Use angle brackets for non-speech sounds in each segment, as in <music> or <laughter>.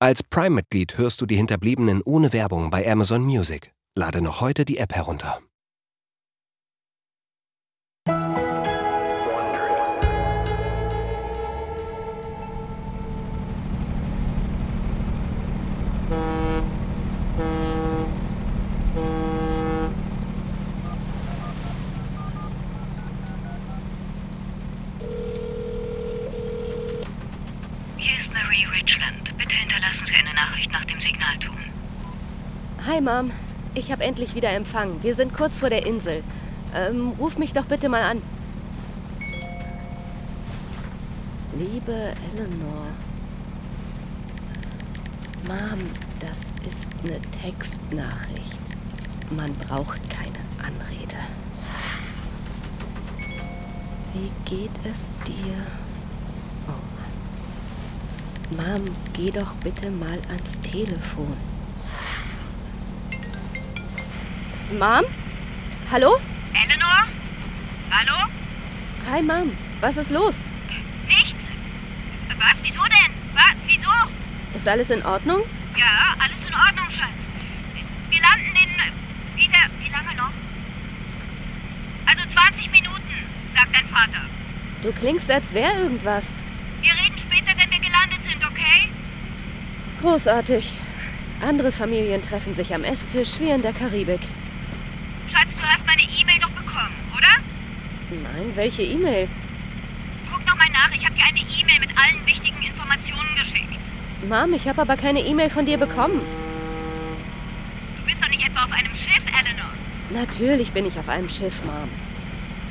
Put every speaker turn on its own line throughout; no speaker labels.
Als Prime-Mitglied hörst du die Hinterbliebenen ohne Werbung bei Amazon Music. Lade noch heute die App herunter.
Hier ist Marie Richland. Bitte hinterlassen Sie eine Nachricht nach dem Signalton.
Hi Mom, ich habe endlich wieder Empfang. Wir sind kurz vor der Insel. Ähm, ruf mich doch bitte mal an. Liebe Eleanor. Mom, das ist eine Textnachricht. Man braucht keine Anrede. Wie geht es dir? Oh. Mom, geh doch bitte mal ans Telefon. Mom? Hallo?
Eleanor? Hallo?
Hi Mom, was ist los?
Nichts? Was? Wieso denn? Was? Wieso?
Ist alles in Ordnung?
Ja, alles in Ordnung, Schatz. Wir landen in. wieder. wie lange noch? Also 20 Minuten, sagt dein Vater.
Du klingst, als wäre irgendwas.
Wir reden später, wenn wir gelandet sind, okay?
Großartig. Andere Familien treffen sich am Esstisch wie in der Karibik.
Schatz, du hast meine E-Mail doch bekommen, oder?
Nein, welche E-Mail?
Guck doch mal nach, ich habe dir eine E-Mail mit allen wichtigen Informationen geschickt.
Mom, ich habe aber keine E-Mail von dir bekommen.
Du bist doch nicht etwa auf einem Schiff, Eleanor.
Natürlich bin ich auf einem Schiff, Mom.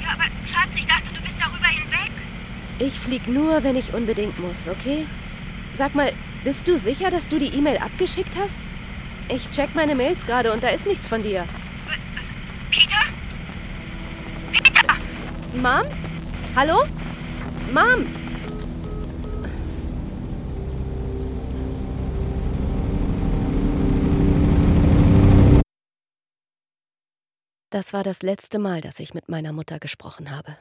Ja, aber Schatz, ich dachte, du bist darüber hinweg.
Ich flieg nur, wenn ich unbedingt muss, okay? Sag mal, bist du sicher, dass du die E-Mail abgeschickt hast? Ich check meine Mails gerade und da ist nichts von dir.
Was- was- Peter? Peter!
Mom? Hallo? Mom? Das war das letzte Mal, dass ich mit meiner Mutter gesprochen habe.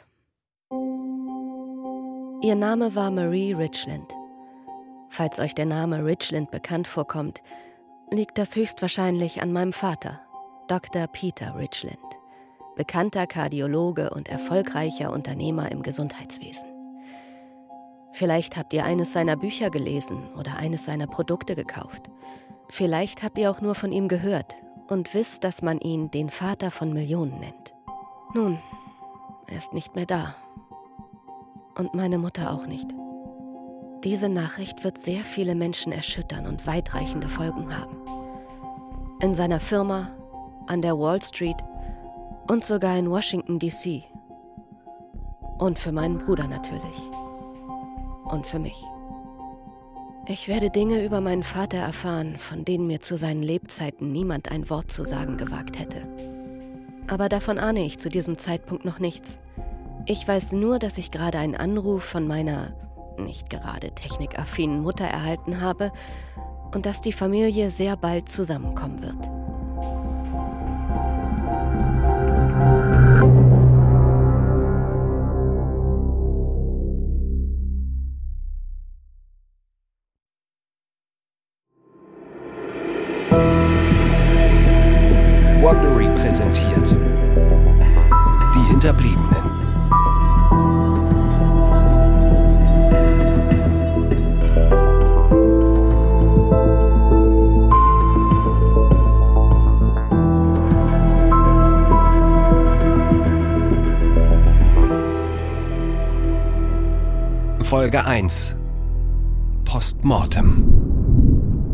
Ihr Name war Marie Richland. Falls euch der Name Richland bekannt vorkommt, liegt das höchstwahrscheinlich an meinem Vater, Dr. Peter Richland bekannter Kardiologe und erfolgreicher Unternehmer im Gesundheitswesen. Vielleicht habt ihr eines seiner Bücher gelesen oder eines seiner Produkte gekauft. Vielleicht habt ihr auch nur von ihm gehört und wisst, dass man ihn den Vater von Millionen nennt. Nun, er ist nicht mehr da. Und meine Mutter auch nicht. Diese Nachricht wird sehr viele Menschen erschüttern und weitreichende Folgen haben. In seiner Firma, an der Wall Street und sogar in Washington, D.C. Und für meinen Bruder natürlich. Und für mich. Ich werde Dinge über meinen Vater erfahren, von denen mir zu seinen Lebzeiten niemand ein Wort zu sagen gewagt hätte. Aber davon ahne ich zu diesem Zeitpunkt noch nichts. Ich weiß nur, dass ich gerade einen Anruf von meiner nicht gerade technikaffinen Mutter erhalten habe und dass die Familie sehr bald zusammenkommen wird.
Wondery präsentiert Die Hinterbliebenen. Folge 1 Postmortem.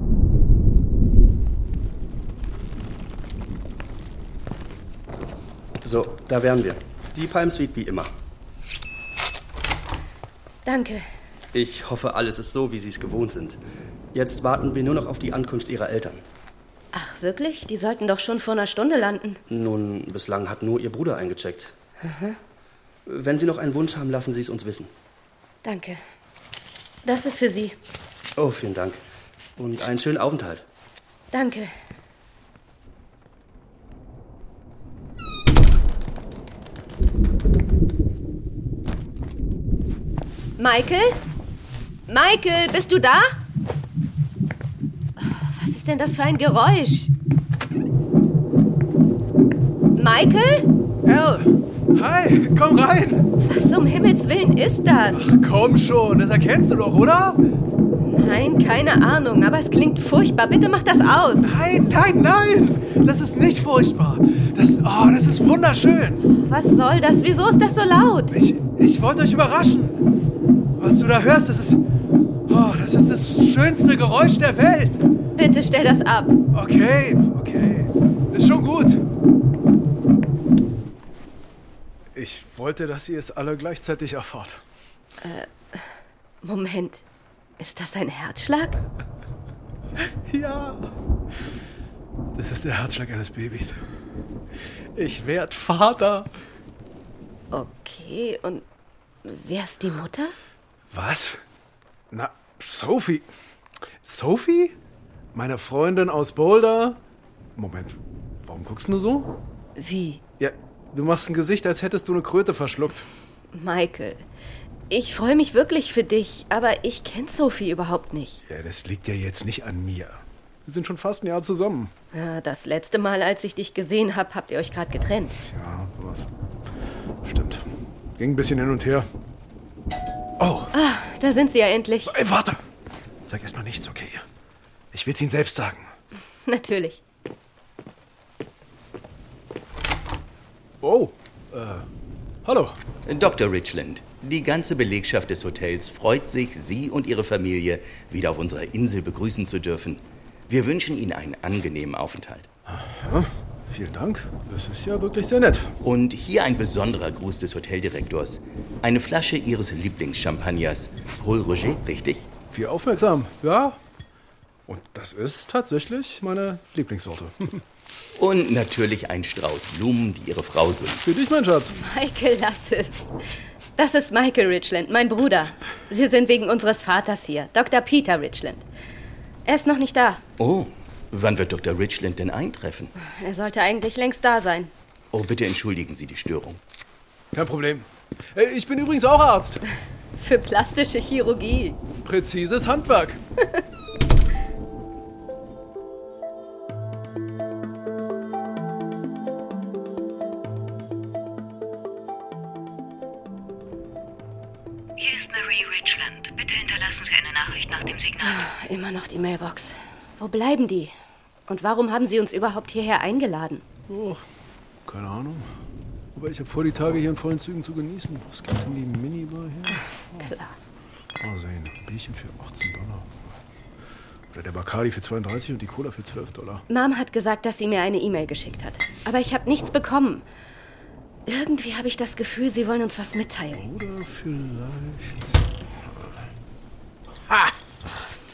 So, da wären wir. Die Palm Suite wie immer.
Danke.
Ich hoffe, alles ist so, wie Sie es gewohnt sind. Jetzt warten wir nur noch auf die Ankunft Ihrer Eltern.
Ach, wirklich? Die sollten doch schon vor einer Stunde landen.
Nun, bislang hat nur Ihr Bruder eingecheckt. Wenn Sie noch einen Wunsch haben, lassen Sie es uns wissen.
Danke. Das ist für Sie.
Oh, vielen Dank. Und einen schönen Aufenthalt.
Danke. Michael? Michael, bist du da? ist denn das für ein Geräusch? Michael?
Al! Hi, komm rein!
Was um Himmels Willen ist das?
Komm schon, das erkennst du doch, oder?
Nein, keine Ahnung, aber es klingt furchtbar. Bitte mach das aus.
Nein, nein, nein! Das ist nicht furchtbar. Das, oh, das ist wunderschön.
Was soll das? Wieso ist das so laut?
Ich, ich wollte euch überraschen. Was du da hörst, das ist, oh, das ist das schönste Geräusch der Welt.
Bitte stell das ab.
Okay, okay. Ist schon gut. Ich wollte, dass ihr es alle gleichzeitig erfahrt.
Moment. Ist das ein Herzschlag?
Ja. Das ist der Herzschlag eines Babys. Ich werd Vater.
Okay, und wer ist die Mutter?
Was? Na, Sophie. Sophie? Meine Freundin aus Boulder? Moment, warum guckst du so?
Wie?
Ja, du machst ein Gesicht, als hättest du eine Kröte verschluckt.
Michael. Ich freue mich wirklich für dich, aber ich kenne Sophie überhaupt nicht.
Ja, das liegt ja jetzt nicht an mir. Wir sind schon fast ein Jahr zusammen.
Ja, das letzte Mal, als ich dich gesehen habe, habt ihr euch gerade getrennt.
Ja, sowas. Stimmt. Ging ein bisschen hin und her. Oh,
Da sind sie ja endlich.
ey, warte! Sag erstmal nichts, okay? Ich will's ihnen selbst sagen.
Natürlich.
Oh, äh, hallo.
Dr. Richland, die ganze Belegschaft des Hotels freut sich, Sie und Ihre Familie wieder auf unserer Insel begrüßen zu dürfen. Wir wünschen Ihnen einen angenehmen Aufenthalt.
Vielen Dank. Das ist ja wirklich sehr nett.
Und hier ein besonderer Gruß des Hoteldirektors. Eine Flasche Ihres Lieblingschampagners. Paul Roger, richtig?
Viel aufmerksam, ja? Und das ist tatsächlich meine Lieblingssorte. <laughs>
Und natürlich ein Strauß Blumen, die Ihre Frau sind.
Für dich, mein Schatz.
Michael, lass es. Das ist Michael Richland, mein Bruder. Sie sind wegen unseres Vaters hier, Dr. Peter Richland. Er ist noch nicht da.
Oh, wann wird Dr. Richland denn eintreffen?
Er sollte eigentlich längst da sein.
Oh, bitte entschuldigen Sie die Störung.
Kein Problem. Äh, Ich bin übrigens auch Arzt.
Für plastische Chirurgie.
Präzises Handwerk.
Hier ist Marie Richland. Bitte hinterlassen Sie eine Nachricht nach dem Signal.
Immer noch die Mailbox. Wo bleiben die? Und warum haben sie uns überhaupt hierher eingeladen?
Oh, keine Ahnung. Aber ich habe vor, die Tage hier in vollen Zügen zu genießen. Was gibt denn die Minibar hier?
Klar.
Mal sehen. Oh, Bierchen für 18 Dollar. Oder der Bacardi für 32 und die Cola für 12 Dollar.
Mom hat gesagt, dass sie mir eine E-Mail geschickt hat. Aber ich habe nichts bekommen. Irgendwie habe ich das Gefühl, sie wollen uns was mitteilen.
Oder vielleicht...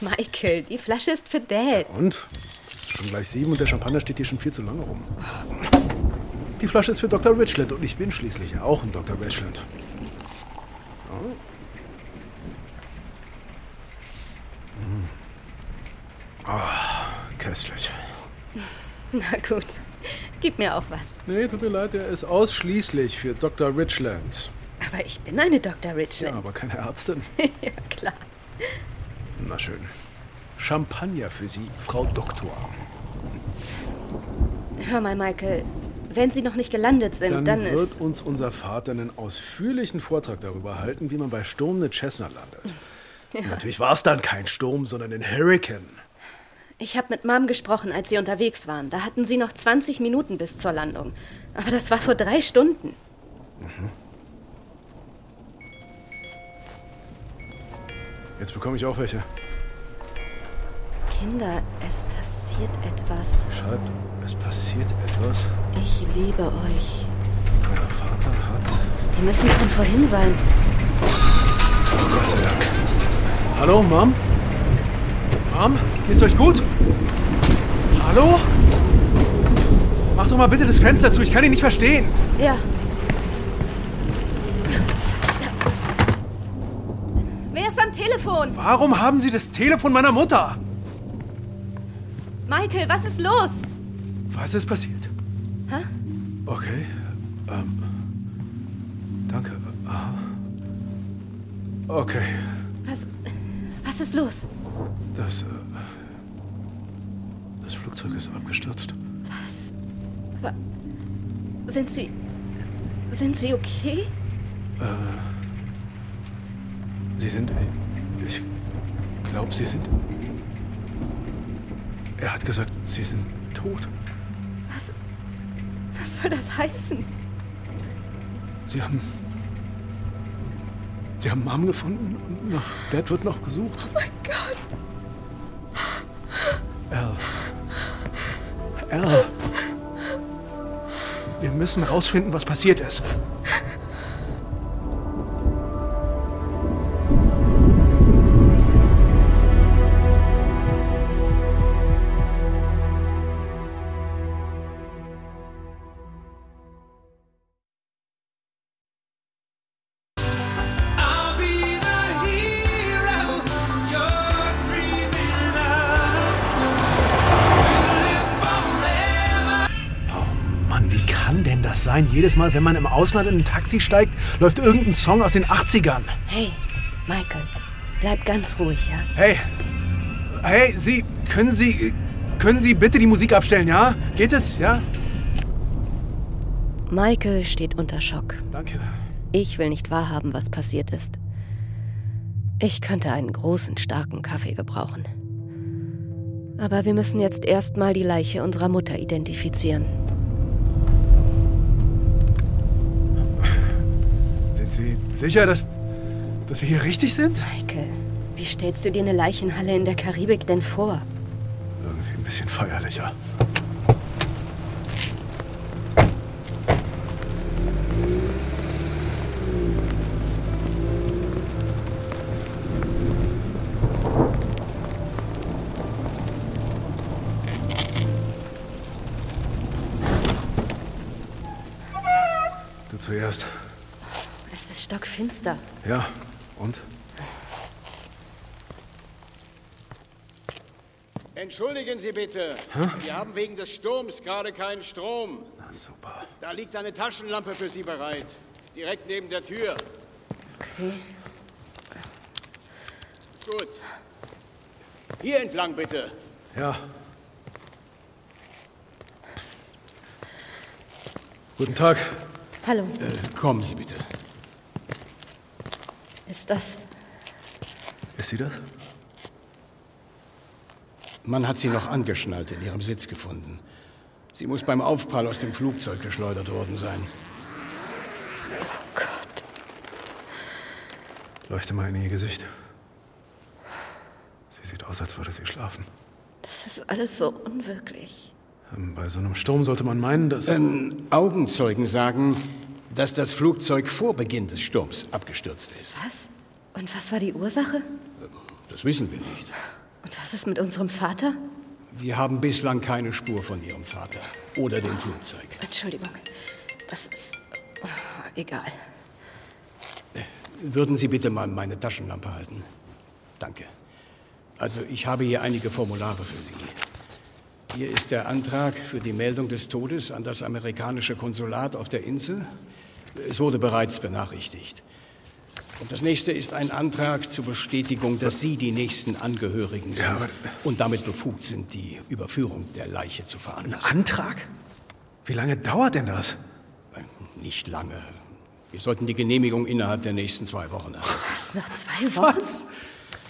Michael, die Flasche ist für Dad.
Und? Es ist schon gleich sieben und der Champagner steht hier schon viel zu lange rum. Die Flasche ist für Dr. Richland und ich bin schließlich auch ein Dr. Richland. Oh. Hm. Ah, köstlich.
Na gut, gib mir auch was.
Nee, tut mir leid, der ist ausschließlich für Dr. Richland.
Aber ich bin eine Dr.
Ja,
Richland.
aber keine Ärztin.
<laughs> Ja, klar.
Na schön. Champagner für Sie, Frau Doktor.
Hör mal, Michael, wenn sie noch nicht gelandet sind,
Dann,
dann,
wird
ist...
uns unser Vater einen ausführlichen Vortrag darüber halten, wie man bei Sturm eine Cessna landet. Und Natürlich war es dann kein Sturm, sondern ein Hurricane.
Ich habe mit Mom gesprochen, als sie unterwegs waren. Da hatten sie noch 20 Minuten bis zur Landung. Aber das war vor drei Stunden.
Jetzt bekomme ich auch welche.
Kinder, es passiert etwas.
Schreibt, es passiert etwas.
Ich liebe euch.
Euer Vater hat.
Die müssen von vorhin sein.
Oh Gott sei Dank. Hallo, Mom? Mom, geht's euch gut? Hallo? Mach doch mal bitte das Fenster zu, ich kann ihn nicht verstehen.
Ja. Wer ist am Telefon?
Warum haben Sie das Telefon meiner Mutter?
Michael, was ist los?
Was ist passiert?
Hä?
Okay. Ähm. Danke. Ah. Okay.
Was, was ist los?
Das. Äh, Das Flugzeug ist abgestürzt.
Sind Sie. Sind Sie okay?
Sie sind. äh, Ich glaube, Sie sind. Er hat gesagt, Sie sind tot.
Was. Was soll das heißen?
Sie haben. Sie haben Mom gefunden und nach Dad wird noch gesucht. Oh mein Gott. Al. Al. Wir müssen rausfinden, was passiert ist. Mann, wie kann denn das sein? Jedes Mal, wenn man im Ausland in ein Taxi steigt, läuft irgendein Song aus den 80ern.
Hey, Michael, bleib ganz ruhig, ja?
Hey, hey, Sie, können Sie, können Sie bitte die Musik abstellen, ja? Geht es, ja?
Michael steht unter Schock.
Danke.
Ich will nicht wahrhaben, was passiert ist. Ich könnte einen großen, starken Kaffee gebrauchen. Aber wir müssen jetzt erstmal die Leiche unserer Mutter identifizieren.
Sind Sie sicher, dass, dass wir hier richtig sind?
Michael, wie stellst du dir eine Leichenhalle in der Karibik denn vor?
Irgendwie ein bisschen feierlicher. Du zuerst.
Es ist stockfinster.
Ja, und?
Entschuldigen Sie bitte. Wir haben wegen des Sturms gerade keinen Strom.
Na, super.
Da liegt eine Taschenlampe für Sie bereit. Direkt neben der Tür.
Okay.
Gut. Hier entlang bitte.
Ja. Guten Tag.
Hallo,
Äh, Kommen Sie bitte.
ist das.
Ist sie das?
Man hat sie noch angeschnallt in ihrem Sitz gefunden. Sie muss beim Aufprall aus dem Flugzeug geschleudert worden sein.
Gott.
Leuchte mal in ihr Gesicht. Sie sieht aus, als würde sie schlafen.
Das ist alles so unwirklich.
Ähm, Bei so einem Sturm sollte man meinen, dass.
Denn Augenzeugen sagen, dass das Flugzeug vor Beginn des Sturms abgestürzt ist.
Was? Und was war die Ursache?
Das wissen wir nicht.
Und was ist mit unserem Vater?
Wir haben bislang keine Spur von Ihrem Vater oder dem Flugzeug.
Entschuldigung. Das ist. oh, egal.
Würden Sie bitte mal meine Taschenlampe halten? Danke. Also, ich habe hier einige Formulare für Sie. Hier ist der Antrag für die Meldung des Todes an das amerikanische Konsulat auf der Insel. Es wurde bereits benachrichtigt. Und das nächste ist ein Antrag zur Bestätigung, dass Sie die nächsten Angehörigen sind
Ja, aber-
und damit befugt sind, die Überführung der Leiche zu veranlassen.
Antrag? Wie lange dauert denn das?
Äh, Nicht lange. Wir sollten die Genehmigung innerhalb der nächsten zwei Wochen erhalten.
Was? Noch zwei Wochen?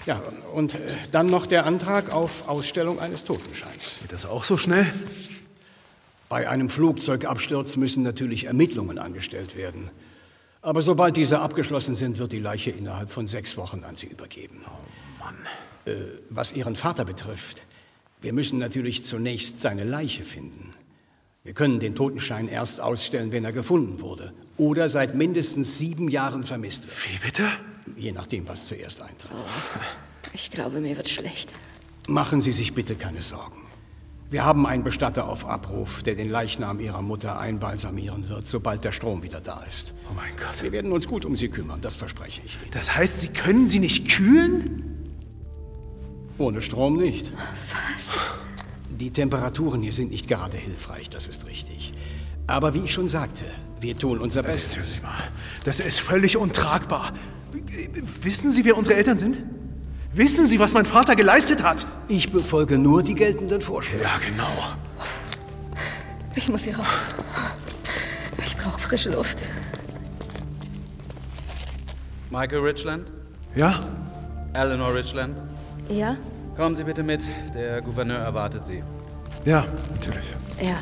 Ja, und äh, dann noch der Antrag auf Ausstellung eines Totenscheins.
Geht das auch so schnell?
Bei einem Flugzeugabsturz müssen natürlich Ermittlungen angestellt werden. Aber sobald diese abgeschlossen sind, wird die Leiche innerhalb von sechs Wochen an Sie übergeben. Oh Mann. Äh, was Ihren Vater betrifft, wir müssen natürlich zunächst seine Leiche finden. Wir können den Totenschein erst ausstellen, wenn er gefunden wurde oder seit mindestens sieben Jahren vermisst wird,
Wie bitte?
je nachdem, was zuerst eintritt.
Ich glaube, mir wird schlecht.
Machen Sie sich bitte keine Sorgen. Wir haben einen Bestatter auf Abruf, der den Leichnam Ihrer Mutter einbalsamieren wird, sobald der Strom wieder da ist.
Oh mein Gott.
Wir werden uns gut um Sie kümmern, das verspreche ich Ihnen.
Das heißt, Sie können sie nicht kühlen?
Ohne Strom nicht. Was? Die Temperaturen hier sind nicht gerade hilfreich, das ist richtig. Aber wie ich schon sagte, wir tun unser
Das tun
Bestes.
Sie mal. Das ist völlig untragbar. Äh, Wissen Sie, wer unsere Eltern sind? Wissen Sie, was mein Vater geleistet hat?
Ich befolge nur die geltenden Vorschriften.
Ja, genau.
Ich muss hier raus. Ich brauche frische Luft.
Michael Richland?
Ja?
Eleanor Richland?
Ja?
Kommen Sie bitte mit. Der Gouverneur erwartet Sie.
Ja, natürlich.
Ja.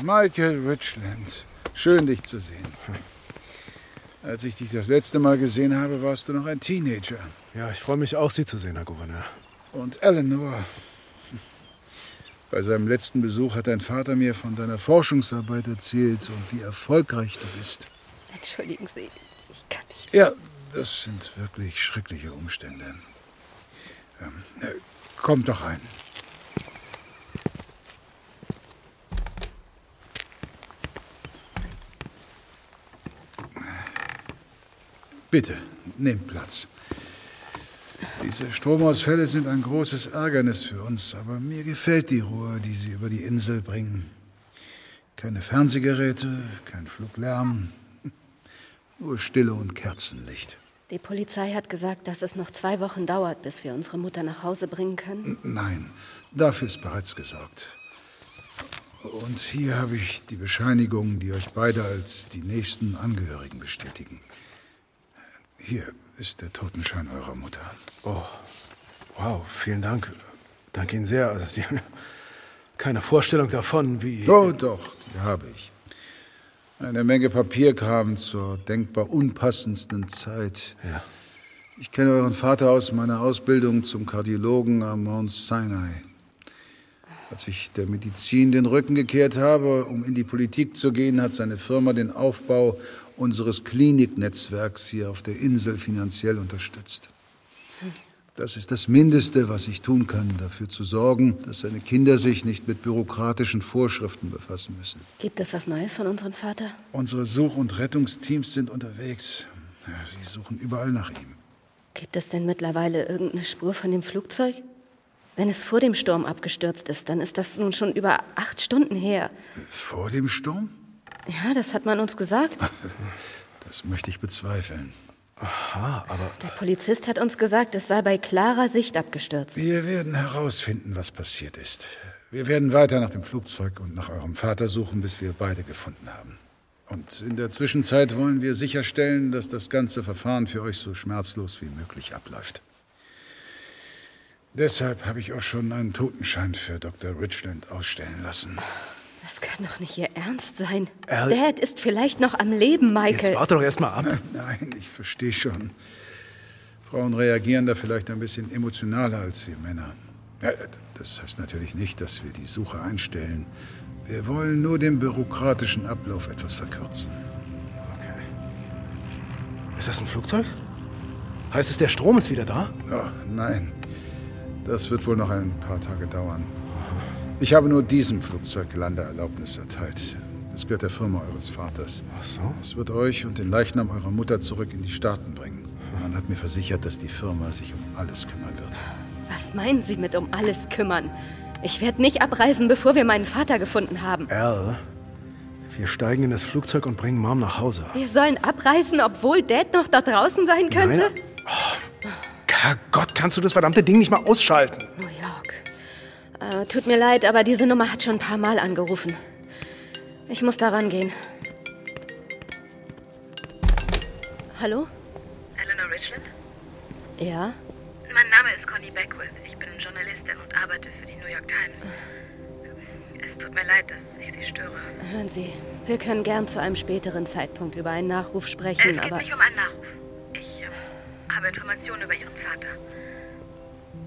Michael Richland, schön dich zu sehen. Als ich dich das letzte Mal gesehen habe, warst du noch ein Teenager.
Ja, ich freue mich auch, Sie zu sehen, Herr Gouverneur.
Und Eleanor. Bei seinem letzten Besuch hat dein Vater mir von deiner Forschungsarbeit erzählt und wie erfolgreich du bist.
Entschuldigen Sie, ich kann nicht.
Ja, das sind wirklich schreckliche Umstände. Ähm, äh, kommt doch rein. Bitte, nehmt Platz. Diese Stromausfälle sind ein großes Ärgernis für uns, aber mir gefällt die Ruhe, die sie über die Insel bringen. Keine Fernsehgeräte, kein Fluglärm, nur Stille und Kerzenlicht.
Die Polizei hat gesagt, dass es noch zwei Wochen dauert, bis wir unsere Mutter nach Hause bringen können.
Nein, dafür ist bereits gesorgt. Und hier habe ich die Bescheinigung, die euch beide als die nächsten Angehörigen bestätigen. Hier ist der Totenschein eurer Mutter.
Oh, wow, vielen Dank. Danke Ihnen sehr. Also Sie <laughs> haben ja keine Vorstellung davon, wie.
Oh, doch, die habe ich. Eine Menge Papier kam zur denkbar unpassendsten Zeit.
Ja.
Ich kenne euren Vater aus meiner Ausbildung zum Kardiologen am Mount Sinai. Als ich der Medizin den Rücken gekehrt habe, um in die Politik zu gehen, hat seine Firma den Aufbau unseres Kliniknetzwerks hier auf der Insel finanziell unterstützt. Das ist das Mindeste, was ich tun kann, dafür zu sorgen, dass seine Kinder sich nicht mit bürokratischen Vorschriften befassen müssen.
Gibt es was Neues von unserem Vater?
Unsere Such- und Rettungsteams sind unterwegs. Ja, Sie suchen überall nach ihm.
Gibt es denn mittlerweile irgendeine Spur von dem Flugzeug? Wenn es vor dem Sturm abgestürzt ist, dann ist das nun schon über acht Stunden her.
Vor dem Sturm?
Ja, das hat man uns gesagt.
Das möchte ich bezweifeln.
Aha, aber.
Der Polizist hat uns gesagt, es sei bei klarer Sicht abgestürzt.
Wir werden herausfinden, was passiert ist. Wir werden weiter nach dem Flugzeug und nach eurem Vater suchen, bis wir beide gefunden haben. Und in der Zwischenzeit wollen wir sicherstellen, dass das ganze Verfahren für euch so schmerzlos wie möglich abläuft. Deshalb habe ich auch schon einen Totenschein für Dr. Richland ausstellen lassen.
Das kann doch nicht Ihr Ernst sein.
Al-
Dad ist vielleicht noch am Leben,
Jetzt
Michael.
warte doch erstmal ab.
<laughs> Nein, ich verstehe schon. Frauen reagieren da vielleicht ein bisschen emotionaler als wir Männer. Ja, Das heißt natürlich nicht, dass wir die Suche einstellen. Wir wollen nur den bürokratischen Ablauf etwas verkürzen.
Okay. Ist das ein Flugzeug? Heißt es, der Strom ist wieder da?
Oh, nein. Das wird wohl noch ein paar Tage dauern. Ich habe nur diesem Flugzeug Landeerlaubnis erteilt. Es gehört der Firma eures Vaters.
Ach so.
Es wird euch und den Leichnam eurer Mutter zurück in die Staaten bringen. Man hat mir versichert, dass die Firma sich um alles kümmern wird.
Was meinen Sie mit um alles kümmern? Ich werde nicht abreisen, bevor wir meinen Vater gefunden haben.
Al, wir steigen in das Flugzeug und bringen Mom nach Hause.
Wir sollen abreisen, obwohl Dad noch da draußen sein könnte?
Nein. Herrgott, kannst du das verdammte Ding nicht mal ausschalten?
New York. Äh, tut mir leid, aber diese Nummer hat schon ein paar Mal angerufen. Ich muss da rangehen. Hallo?
Eleanor Richland?
Ja?
Mein Name ist Connie Beckwith. Ich bin Journalistin und arbeite für die New York Times. Es tut mir leid, dass ich Sie störe.
Hören Sie, wir können gern zu einem späteren Zeitpunkt über einen Nachruf sprechen,
Es geht
aber
nicht um einen Nachruf. Ich ähm, habe Informationen über Ihren Vater.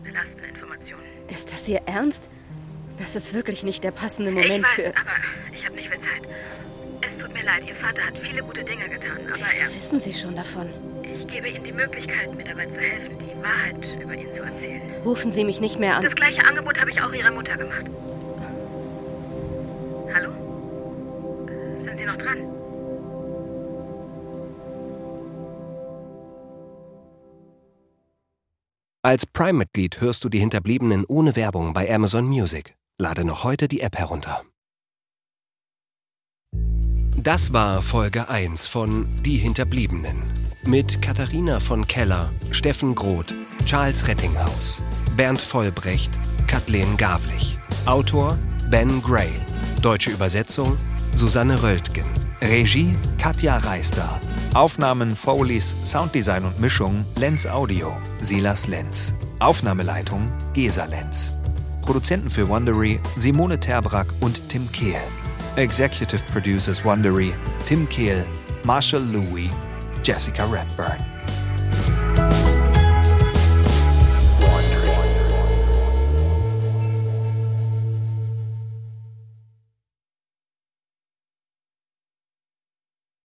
Belastende Informationen.
ist das Ihr Ernst? Das ist wirklich nicht der passende
ich
Moment
weiß,
für.
aber ich habe nicht viel Zeit. Es tut mir leid, Ihr Vater hat viele gute Dinge getan, aber
Wieso wissen Sie schon davon?
er, ich gebe Ihnen die Möglichkeit, mir dabei zu helfen, die Wahrheit über ihn zu erzählen.
Rufen Sie mich nicht mehr an.
Das gleiche Angebot habe ich auch Ihrer Mutter gemacht. Sie noch dran?
Als Prime-Mitglied hörst du die Hinterbliebenen ohne Werbung bei Amazon Music. Lade noch heute die App herunter. Das war Folge 1 von Die Hinterbliebenen mit Katharina von Keller, Steffen Groth, Charles Rettinghaus, Bernd Vollbrecht, Kathleen Gavlich, Autor Ben Gray, deutsche Übersetzung Susanne Röltgen, Regie Katja Reister, Aufnahmen Foleys, Sounddesign und Mischung Lenz Audio, Silas Lenz, Aufnahmeleitung Gesa Lenz, Produzenten für Wondery Simone Terbrack und Tim Kehl. Executive Producers Wondery, Tim Kehl, Marshall Louis, Jessica Redburn.